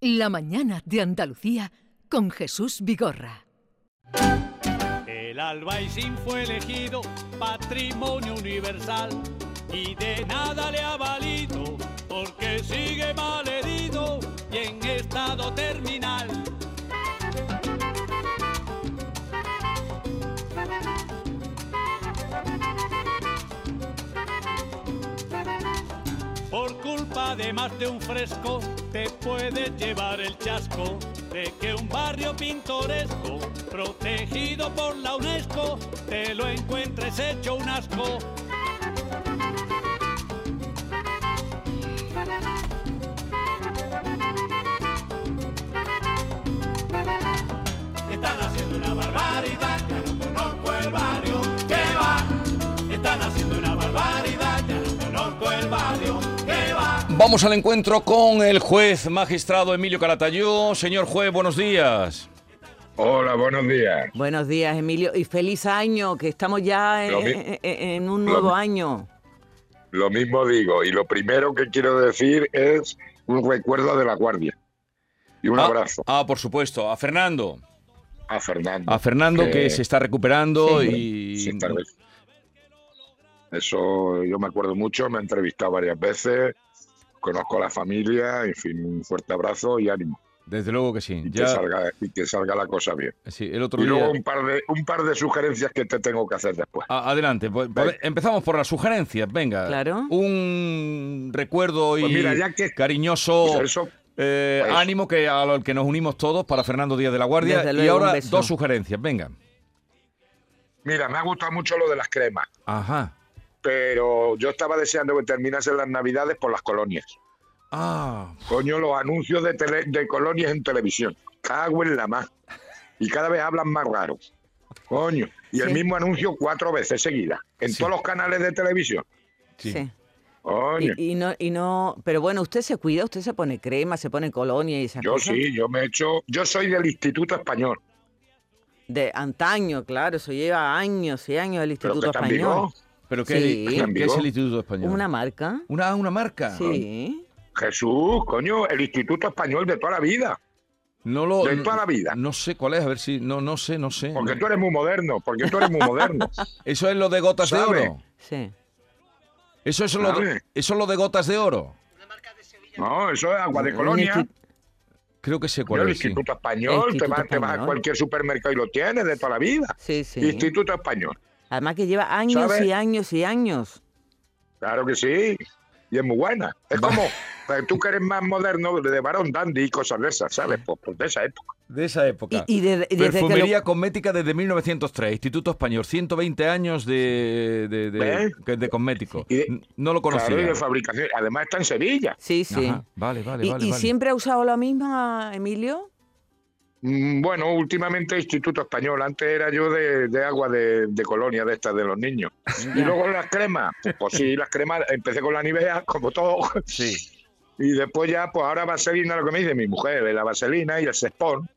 La mañana de Andalucía con Jesús Vigorra. El Albaicín fue elegido patrimonio universal y de nada le ha valido porque sigue malherido y en estado terminal. Por culpa de más de un fresco te puedes llevar el chasco de que un barrio pintoresco protegido por la UNESCO te lo encuentres hecho un asco. Están haciendo una barbaridad, ya no conozco el barrio que va. Están haciendo una barbaridad, ya no conozco el barrio que va. Vamos al encuentro con el juez magistrado Emilio Calatayud. Señor juez, buenos días. Hola, buenos días. Buenos días, Emilio, y feliz año, que estamos ya Lo en, mi- en- en un lo nuevo mi- año. Lo mismo digo, y lo primero que quiero decir es un recuerdo de la guardia. Y un Ah, abrazo Ah, por supuesto, a Fernando. a Fernando. A Fernando que Eh, se está recuperando hombre, y... sí, tal vez. Eso yo me acuerdo mucho, me he entrevistado varias veces, conozco a la familia, en fin, un fuerte abrazo y ánimo. Desde luego que sí. Y, que, Ya, salga, y que salga la cosa bien. sí, el otro Y luego día... un par, de, un par de sugerencias que te tengo que hacer después. A- adelante, pues, pues, Venga. empezamos por las sugerencias, venga. Claro. Un recuerdo y Pues mira, ya que- cariñoso Pues eso, eh, pues- ánimo que al que nos unimos todos para Fernando Díaz de la Guardia. Desde y luego, un ahora beso. dos sugerencias, venga. mira, me ha gustado mucho lo de las cremas, Ajá. pero yo estaba deseando que terminasen las navidades por las colonias. Ah, Coño, los anuncios de, tele- de colonias en televisión. Cago en la más. Y cada vez hablan más raro. Coño. Y el Sí. mismo anuncio cuatro veces seguidas. En Sí. todos los canales de televisión. sí. Sí. Coño. Y, y no, y no, pero bueno, usted se cuida, usted se pone crema, se pone colonia y esas Yo cosas. sí, yo me he hecho. Yo soy del Instituto Español. De antaño, claro, eso lleva años y años el Pero que Instituto está en Español. vigor. ¿Pero qué, Sí. qué- qué es el Instituto Español? Una marca. ¿Una, una marca? Sí. Jesús, coño, el Instituto Español de toda la vida. No lo, De toda la vida. No sé cuál es, a ver si... No, no sé, no sé. Mm. Porque tú eres muy moderno. Porque tú eres muy moderno. Eso es lo de gotas ¿Sabe? de oro. Sí. Eso es, lo de, ¿Sabe? eso es lo de gotas de oro. No, eso es agua de Un colonia. institu- Creo que sé Yo, cuál El es. sí. Instituto Español. El te, vas, Instituto te vas a Español. cualquier supermercado y lo tienes de toda la vida. Sí, sí. Instituto Español. Además que lleva años ¿Sabe? y años y años. Claro que sí. Y es muy buena. Es Va- como eh, tú que eres más moderno de varón dandy y cosas de esas, ¿sabes? Pues, pues de esa época. De esa época. Y, y de- y desde que Perfumería lo- cosmética desde 1903, Instituto Español, 120 años de, de, de, ¿Eh? que- de cosmético. Y de- N- no lo conocía. Claro, y de fabricación. Además está en Sevilla. Sí, sí. Ajá, Vale, vale, ¿Y, vale. y vale. siempre ha usado la misma, Emilio? Mm, Bueno, últimamente Instituto Español. Antes era yo de, de agua de, de colonia de estas de los niños. Y Ya. luego las cremas. Pues, pues sí, las cremas. Empecé con la Nivea, como todo. Sí. Y después ya, pues ahora vaselina, lo que me dice mi mujer, la vaselina y el sespón.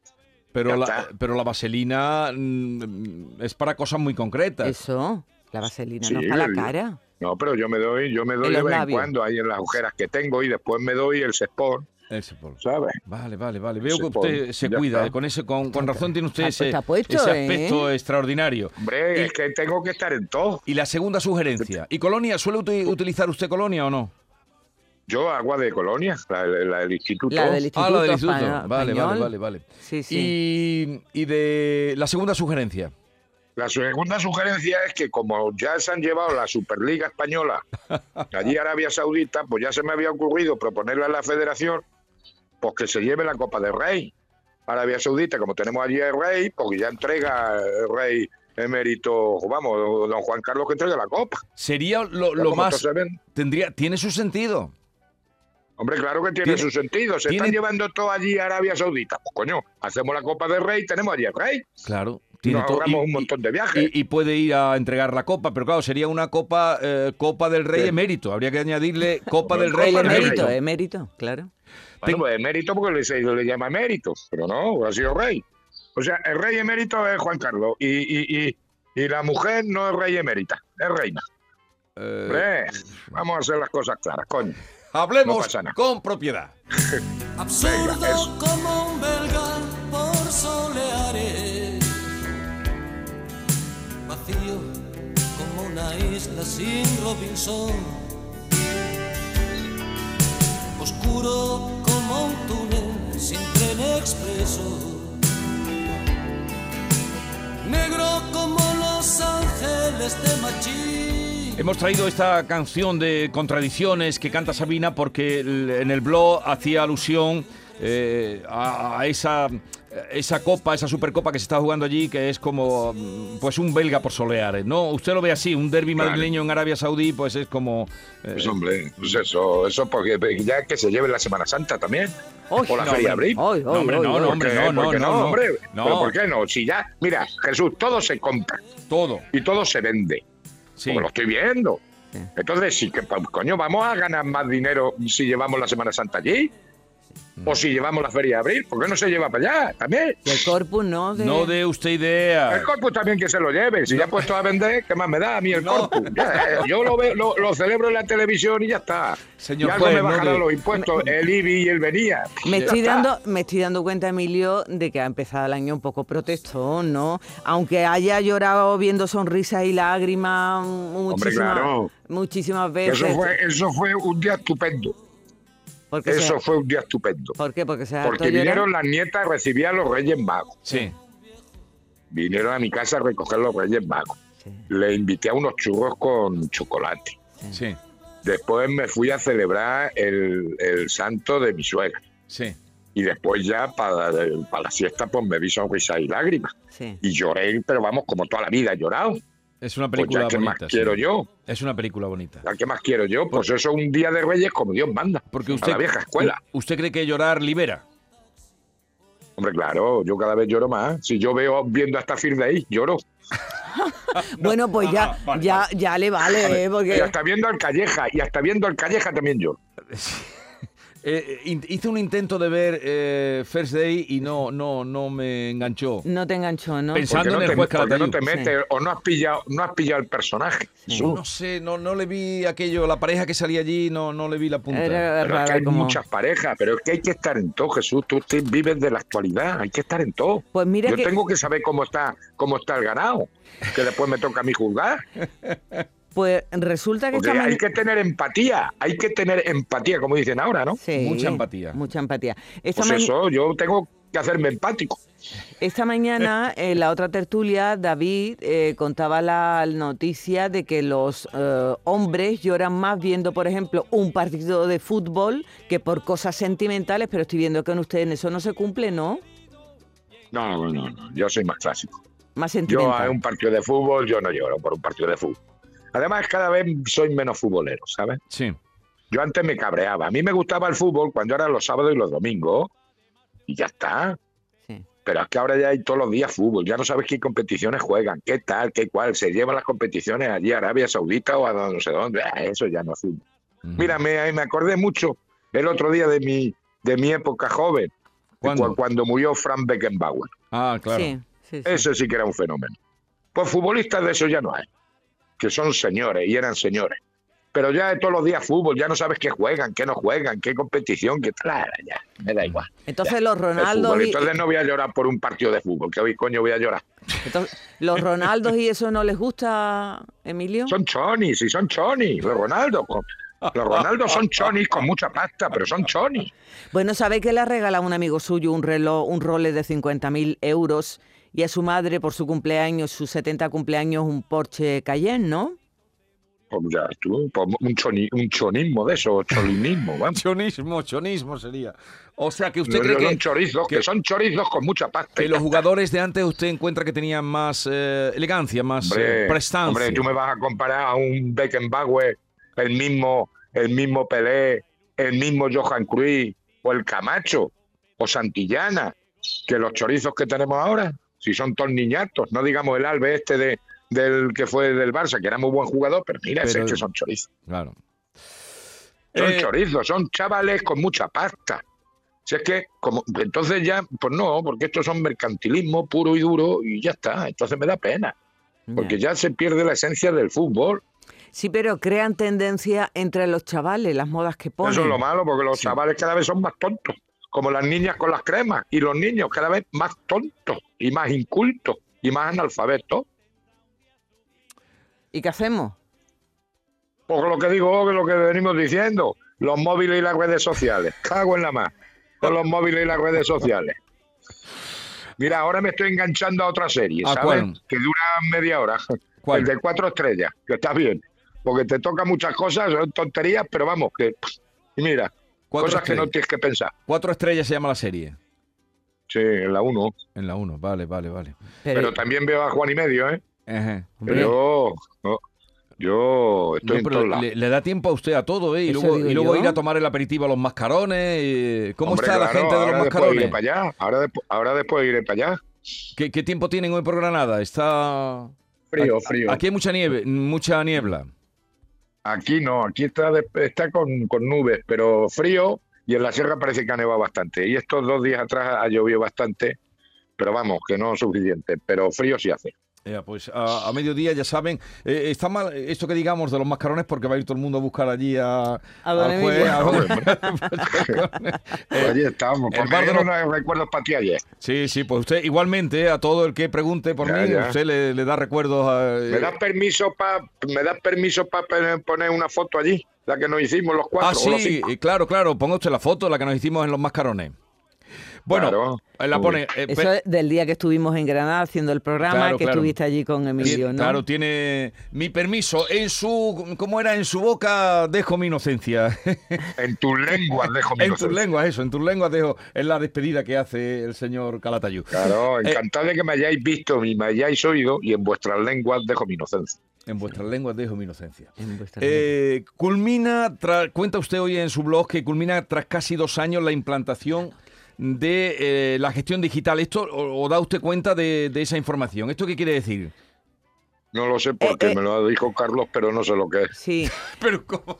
Pero Ya la, está. pero la vaselina mm, es para cosas muy concretas. Eso, la vaselina, Sí, no es para el- la cara. No, pero yo me doy, yo me doy de los vez en labios. cuando ahí en las agujeras que tengo y después me doy el sespón, Ese polvo. ¿sabes? Vale, vale, vale. Veo Se que usted pone- se ya cuida. está. eh, Con, ese, con, con razón tiene usted Está- ese, está puesto, ese ¿eh? aspecto extraordinario. Hombre, es que tengo que estar en todo. Y la segunda sugerencia. ¿Y colonia? ¿Suele uti- utilizar usted colonia o no? Yo agua de colonia, la, la del instituto. La del Ah, la del Instituto instituto. Vale, Espa- vale, Español. vale, vale. Sí, sí. Y, y de la segunda sugerencia. La segunda sugerencia es que como ya se han llevado la Superliga Española allí a Arabia Saudita, pues ya se me había ocurrido proponerle a la federación pues que se lleve la Copa del Rey. a Arabia Saudita, como tenemos allí el rey, porque ya entrega el rey emérito, vamos, don Juan Carlos que entrega la copa. Sería lo, Ya lo como más... todos saben. Tendría, tiene su sentido. Hombre, claro que tiene, Tiene- su sentido. Se tiene- están llevando todo allí a Arabia Saudita. Pues coño, hacemos la Copa del Rey, tenemos allí el rey. Claro. Y Tiene nos todo- ahorramos y- un montón de viajes. y- y puede ir a entregar la copa, pero claro, sería una copa eh, copa del rey Sí. emérito. Habría que añadirle copa del Copa rey El del Rey. emérito. emérito, emérito, claro. Bueno, pues emérito porque se le llama emérito, pero no, ha sido rey. O sea, el rey emérito es Juan Carlos y, y, y, y la mujer no es rey emérita, es reina. Eh, Hombre, vamos a hacer las cosas claras, coño. No Hablemos pasa nada. con propiedad. Absurdo Venga, eso. como un belga por soleares. Vacío como una isla sin Robinson. Oscuro como un túnel sin tren expreso. Negro como los ángeles de Machín. Hemos traído esta canción de contradicciones que canta Sabina porque el- en el blog hacía alusión eh, a, a esa, esa copa, esa supercopa que se está jugando allí, que es como mm, pues un belga por soleares, ¿no? Usted lo ve así, un derby Claro. madrileño en Arabia Saudí, pues es como... eh, Pues hombre, pues eso, eso porque ya que se lleve la Semana Santa también. Oy, o la no, Feria hombre. Abril. Oy, No, oy, hombre, oy, no, oy. no. ¿Por hombre, qué? ¿Por qué no, no, no. hombre? No. ¿Pero por qué no? Si ya, mira, Jesús, todo se compra todo, y todo se vende. sí. Como lo estoy viendo. Entonces, sí que, pa- coño, vamos a ganar más dinero si llevamos la Semana Santa allí. O si llevamos la Feria de Abril. ¿Por qué no se lleva para allá también? Y el corpus no de... No dé usted idea. El corpus también que se lo lleve. Si ya he puesto a vender, ¿qué más me da a mí el corpus? Ya, eh, yo lo, veo, lo, lo celebro en la televisión y ya está. Señor y algo juez, me no bajarán le- los impuestos, el IBI y el venía. Me Ya estoy, está. dando, me estoy dando cuenta, Emilio, de que ha empezado el año un poco protestón, ¿no? Aunque haya llorado viendo sonrisas y lágrimas muchísimas, claro. muchísimas veces. Eso fue, eso fue un día estupendo. porque se- Eso fue un día estupendo. ¿Por qué? Porque se hartó Porque llorar. vinieron las nietas a recibir a los Reyes Magos. Sí. Vinieron a mi casa a recoger los Reyes Magos. Sí. Le invité a unos churros con chocolate. Sí, Después me fui a celebrar el, el santo de mi suegra. sí. Y después ya para, para la siesta pues me vi sonrisas y lágrimas. Sí. Y lloré, pero vamos, como toda la vida he llorado. Es una Pues película ya que más bonita. sí. quiero yo, Es una película bonita. ya que más quiero yo, pues eso es un día de reyes como Dios manda. Porque A usted, la vieja escuela. ¿Usted cree que llorar libera? Hombre, claro, yo cada vez lloro más. Si yo veo viendo hasta Fir de ahí, lloro. Bueno, pues ya, Ajá, vale, ya, ya le vale, ¿eh? Y porque hasta viendo al Calleja, y hasta viendo al Calleja también lloro. Eh, in- hice un intento de ver eh, First Day y no, no, no me enganchó. no te enganchó, ¿no? Pensé- Pensando Porque no, en el te, juez porque no te Calatayud, metes o no has pillado, no has pillado el personaje. Jesús. No sé, no, no le vi aquello, la pareja que salía allí, no, no le vi la punta. Era Pero es que raro hay como- muchas parejas, pero es que hay que estar en todo, Jesús. Tú te- vives de la actualidad, hay que estar en todo. Pues mira Yo que- tengo que saber cómo está, cómo está el ganado, que después me toca a mí juzgar. Pues resulta que Porque esta mañana- hay que tener empatía, hay que tener empatía, como dicen ahora, ¿no? Sí, Mucha empatía. Mucha empatía. Esta, Pues ma- eso, yo tengo que hacerme empático. esta mañana, en la otra tertulia, David eh, contaba la noticia de que los eh, hombres lloran más viendo, por ejemplo, un partido de fútbol que por cosas sentimentales, pero estoy viendo que en ustedes eso no se cumple, ¿no? No, no, no, no, yo soy más clásico. Más Yo sentimental. a un partido de fútbol, yo no lloro por un partido de fútbol. Además, cada vez soy menos futbolero, ¿sabes? Sí, Yo antes me cabreaba. A mí me gustaba el fútbol cuando eran los sábados y los domingos. Y ya está. Sí. Pero es que ahora ya hay todos los días fútbol. Ya no sabes qué competiciones juegan, qué tal, qué cual. Se llevan las competiciones allí a Arabia Saudita o a no sé dónde. Ah, Eso ya no es fútbol. Ujú. Mira, me, me acordé mucho el otro día de mi, de mi época joven. de ¿Cuándo? cu- Cuando murió Frank Beckenbauer. Ah, claro. Sí, sí, sí. Ese sí que era un fenómeno. Pues futbolistas de eso ya no hay, que son señores y eran señores. Pero ya de todos los días fútbol, ya no sabes qué juegan, qué no juegan, qué competición, qué tal, ya, me da igual. Entonces los el Ronaldos fútbol. y, Entonces no voy a llorar por un partido de fútbol, que hoy coño voy a llorar. entonces, los Ronaldos y eso no les gusta, Emilio. Son chonis, y son chonis, los Ronaldo. con- Los Ronaldos son chonis con mucha pasta, pero son chonis. Bueno, sabe que le ha regalado un amigo suyo un reloj, un Rolex de 50.000 euros y a su madre por su cumpleaños, sus 70 cumpleaños, un Porsche Cayenne, ¿no? Pues ya, tú, pues un, choni- un chonismo de eso, cholinismo, vamos. Chonismo, chonismo sería. O sea, que usted No, cree no son que, chorizos, que, que- son chorizos con mucha pasta. que y los jugadores de antes usted encuentra que tenían más eh, elegancia, más eh, prestancia. hombre, tú me vas a comparar a un Beckenbauer, el mismo, el mismo Pelé, el mismo Johan Cruyff, o el Camacho, o Santillana, que los chorizos que tenemos ahora, si son todos niñatos, no digamos el Albe este de, del que fue del Barça, que era muy buen jugador, pero mira, ese Pero- es que son chorizos. Claro. Son Eh, chorizos, son chavales con mucha pasta. Si es que, como, entonces ya, pues no, porque estos son mercantilismo puro y duro y ya está. Entonces me da pena, porque ya se pierde la esencia del fútbol. Sí, pero crean tendencia entre los chavales, las modas que ponen. Eso es lo malo, porque los chavales cada vez son más tontos, como las niñas con las cremas, y los niños cada vez más tontos, y más incultos, y más analfabetos. ¿Y qué hacemos? Porque lo que digo es lo que venimos diciendo, los móviles y las redes sociales. Cago en la más, con los móviles y las redes sociales. Mira, ahora me estoy enganchando a otra serie, ¿A ¿sabes? cuál? Que dura media hora. ¿Cuál? El de cuatro estrellas, que está bien. Porque te toca muchas cosas, son tonterías, pero vamos, que. y Mira, Cuatro cosas que no estrellas. tienes que pensar. Cuatro estrellas se llama la serie. Sí, en la uno. En la 1, vale, vale, vale. Pero, también veo a Juan y medio, ¿eh? Ajá. Hombre, Pero. no, yo no, estoy en pero todos lados. le, le da tiempo a usted a todo, ¿eh? Y Eso luego, digo y luego yo. ir a tomar el aperitivo a los mascarones. eh, ¿Cómo Hombre, está la claro, gente de ahora los después iré mascarones? para allá, ahora, despu- ahora después iré para allá. ¿Qué, qué tiempo tienen hoy por Granada? Está... Frío, Aquí- frío. Aquí hay mucha nieve, mucha niebla. Aquí no, aquí está, de- está con, con nubes, pero frío y en la sierra parece que ha nevado bastante. Y estos dos días atrás ha llovido bastante, pero vamos, que no es suficiente, pero frío sí hace. Ya, pues a, a mediodía ya saben, eh, está mal esto que digamos de los mascarones porque va a ir todo el mundo a buscar allí a, don al juez, Emilio. a don- Allí estamos, Eh, el porque bar de yo los- no recuerdos para ti ayer. Sí, sí, pues usted igualmente, eh, a todo el que pregunte por Ya, mí, ya. usted le, le da recuerdos a... eh, ¿Me das permiso para me das permiso pa pe- poner una foto allí? La que nos hicimos los cuatro. Ah, o los sí, cinco. eh, claro, claro, ponga usted la foto, la que nos hicimos en los mascarones. Bueno, Claro. eh, la Uy. pone... eh, Eso pe- es del día que estuvimos en Granada haciendo el programa, Claro, que claro. estuviste allí con Emilio, Bien, ¿no? Claro, tiene mi permiso. En su. ¿Cómo era? En su boca dejo mi inocencia. En tus lenguas dejo mi en tus inocencia. lenguas, eso. En tus lenguas dejo. Es la despedida que hace el señor Calatayud. Claro, Eh, encantado de que me hayáis visto y me hayáis oído y en vuestras lenguas dejo mi inocencia. en vuestras lenguas dejo mi inocencia. En vuestra Eh, culmina, tra- cuenta usted hoy en su blog que culmina tras casi dos años la implantación de eh, la gestión digital. ¿Esto o, o da usted cuenta de, de esa información? ¿Esto qué quiere decir? No lo sé porque Eh, eh. me lo dijo Carlos, pero no sé lo que es. Sí. Pero ¿cómo?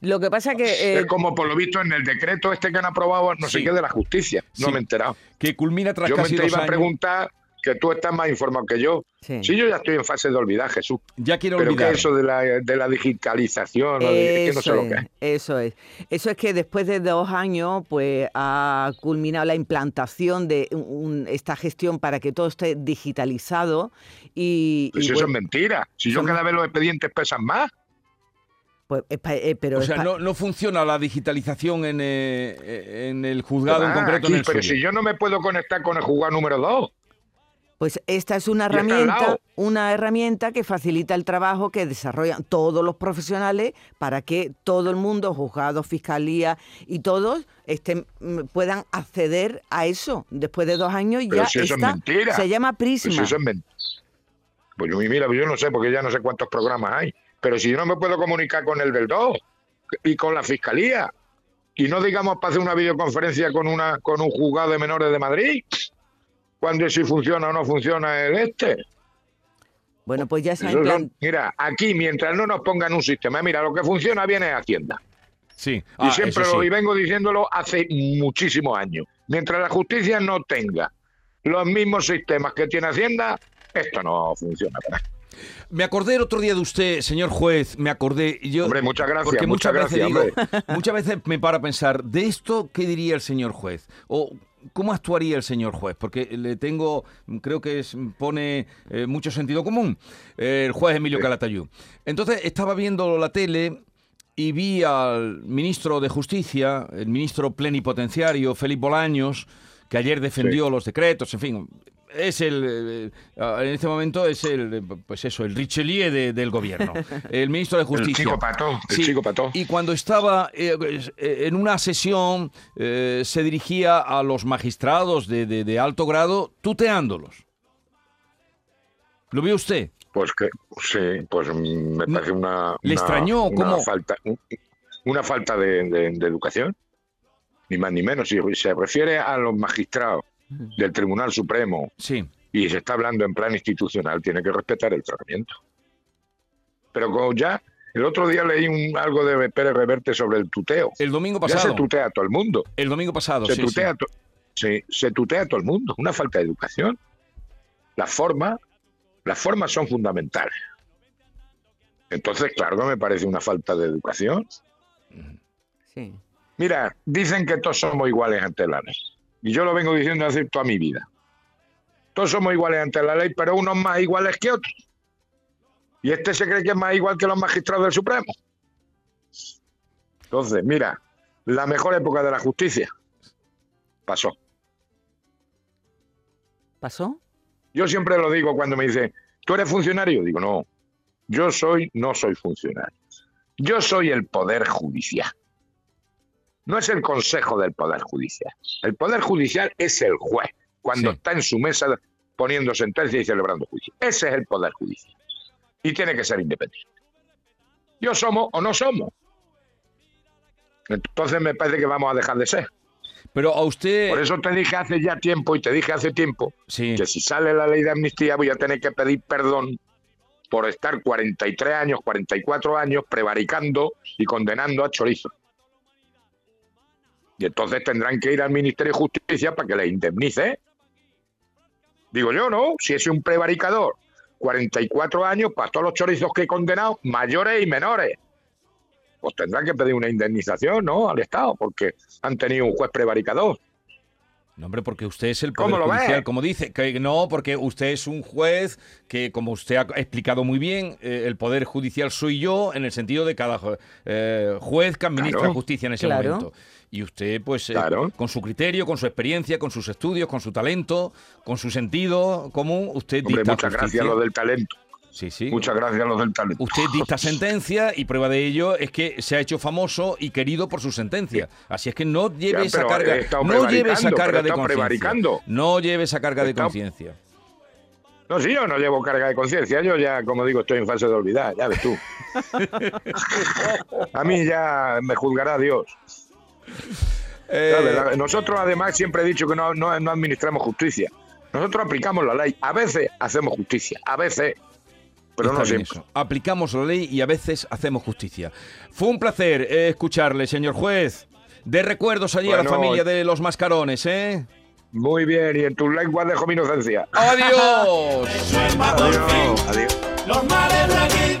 Lo que pasa que... eh, es como por lo visto en el decreto este que han aprobado, no Sí. sé qué, de la justicia. No Sí. me he enterado. que culmina tras Yo me casi te dos iba a años. preguntar que tú estás más informado que yo. Sí. Sí, yo ya estoy en fase de olvidar, Jesús. Ya quiero Pero que olvidar. eso de la, de la digitalización, o de- es que no Eso sé lo que es. es, eso es. Eso es que después de dos años, pues ha culminado la implantación de un- un- esta gestión para que todo esté digitalizado y, Pues y, eso es bueno, mentira. Si yo son- cada vez los expedientes pesan más, pues, es pa- eh, pero O es sea, pa- no, no funciona la digitalización en, eh, en el juzgado en Ah, concreto. aquí, en el pero suyo. si yo no me puedo conectar con el jugador número 2. Pues esta es una Y está al herramienta, lado. una herramienta que facilita el trabajo que desarrollan todos los profesionales para que todo el mundo, juzgados, fiscalía y todos estén, mm, puedan acceder a eso. Después de dos años Pero ya si eso es está. mentira. se llama Prisma. Pues eso es mentira. Pues yo- mira, yo no sé, porque ya no sé cuántos programas hay. Pero si yo no me puedo comunicar con el del 2 y con la fiscalía, y no digamos para hacer una videoconferencia con, una, con un juzgado de menores de Madrid, cuando si funciona o no funciona el este. Pues Bueno, pues ya se ha Eso son- implan- mira, aquí mientras no nos pongan un sistema, mira, lo que funciona bien es Hacienda. Sí. Y Ah, siempre eso lo sí. y vengo diciéndolo hace muchísimos años. Mientras la justicia no tenga los mismos sistemas que tiene Hacienda, esto no funciona. ¿verdad? Me acordé el otro día de usted, señor juez, me acordé. y Yo, Hombre, muchas gracias, porque muchas veces gracias, digo- muchas veces me para a pensar, ¿de esto qué diría el señor juez? O ¿Cómo actuaría el señor juez? Porque le tengo, creo que es- pone eh, mucho sentido común, eh, el juez Emilio Calatayud. Entonces, estaba viendo la tele y vi al ministro de Justicia, el ministro plenipotenciario, Felipe Bolaños, que ayer defendió los decretos, en fin, es el, eh, ah, en este momento es el, eh, pues eso, el Richelieu de- del gobierno, el ministro de Justicia. chico patón, el chico patón. Y cuando estaba eh, eh, en una sesión, eh, se dirigía a los magistrados de, de- de alto grado, tuteándolos. ¿Lo vio usted? Pues que sí, pues mm, me parece una, ¿Le una- extrañó una cómo? falta, un- una falta de, de- de educación, ni más ni menos. Si se refiere a los magistrados Mm. del Tribunal Supremo Sí. y se está hablando en plan institucional, tiene que respetar el tratamiento. Pero como ya el otro día leí un, algo de Pérez Reverte sobre el tuteo. El domingo ya se pasado. tutea a todo el mundo. El domingo pasado, se, sí, sí. tutea a to- se, se tutea a todo el mundo. Una falta de educación. Las formas, las formas son fundamentales. Entonces, claro que me parece una falta de educación. Sí. Mira, dicen que todos somos iguales ante la ley. Y yo lo vengo diciendo hace toda mi vida. Todos somos iguales ante la ley, pero unos más iguales que otros. Y este se cree que es más igual que los magistrados del Supremo. Entonces, mira, la mejor época de la justicia pasó. ¿Pasó? Yo siempre lo digo cuando me dicen, ¿tú eres funcionario? Digo, no, yo soy, no soy funcionario. Yo soy el Poder Judicial. No es el Consejo del Poder Judicial. El Poder Judicial es el juez, cuando Sí. está en su mesa poniendo sentencia y celebrando juicio. Ese es el Poder Judicial. Y tiene que ser independiente. Yo somos o no somos. Entonces me parece que vamos a dejar de ser. Pero a usted. Por eso te dije hace ya tiempo y te dije hace tiempo sí. que si sale la ley de amnistía voy a tener que pedir perdón por estar 43 años, 44 años prevaricando y condenando a chorizo. Y entonces tendrán que ir al Ministerio de Justicia para que les indemnice. Digo yo, ¿no? Si es un prevaricador, 44 años para todos los chorizos que he condenado, mayores y menores. Pues tendrán que pedir una indemnización, ¿no? Al Estado, porque han tenido un juez prevaricador. No, hombre, porque usted es el ¿Cómo poder lo ve? judicial, como dice. Que no, porque usted es un juez que, como usted ha explicado muy bien, eh, el poder judicial soy yo, en el sentido de cada ju- eh, juez que administra Claro. justicia en ese Claro. momento. Y usted, pues, eh, Claro. con su criterio, con su experiencia, con sus estudios, con su talento, con su sentido común, usted Hombre, dicta muchas justicia. gracias a los del talento. Sí, sí. Muchas gracias a los del talento. Usted dicta sentencia y prueba de ello es que se ha hecho famoso y querido por su sentencia. Así es que no lleve Ya, esa pero carga, he estado no lleve esa prevaricando, carga pero he de estado conciencia. prevaricando. No lleve esa carga He de estado- conciencia. No, si yo no llevo carga de conciencia, yo ya, como digo, estoy en fase de olvidar, ya ves tú. a mí ya me juzgará Dios. ¿sabes? Eh, La- Nosotros, además, siempre he dicho que no, no- no administramos justicia. Nosotros aplicamos la ley. A veces hacemos justicia, a veces, pero está no bien siempre. eso. Aplicamos la ley y a veces hacemos justicia. Fue un placer eh, escucharle, señor juez. De recuerdos allí a la Bueno, familia de los mascarones, ¿eh? Muy bien, y en tus lenguas dejo mi inocencia. ¡Adiós! Resuelva por fin Adiós, adiós. los males de aquí.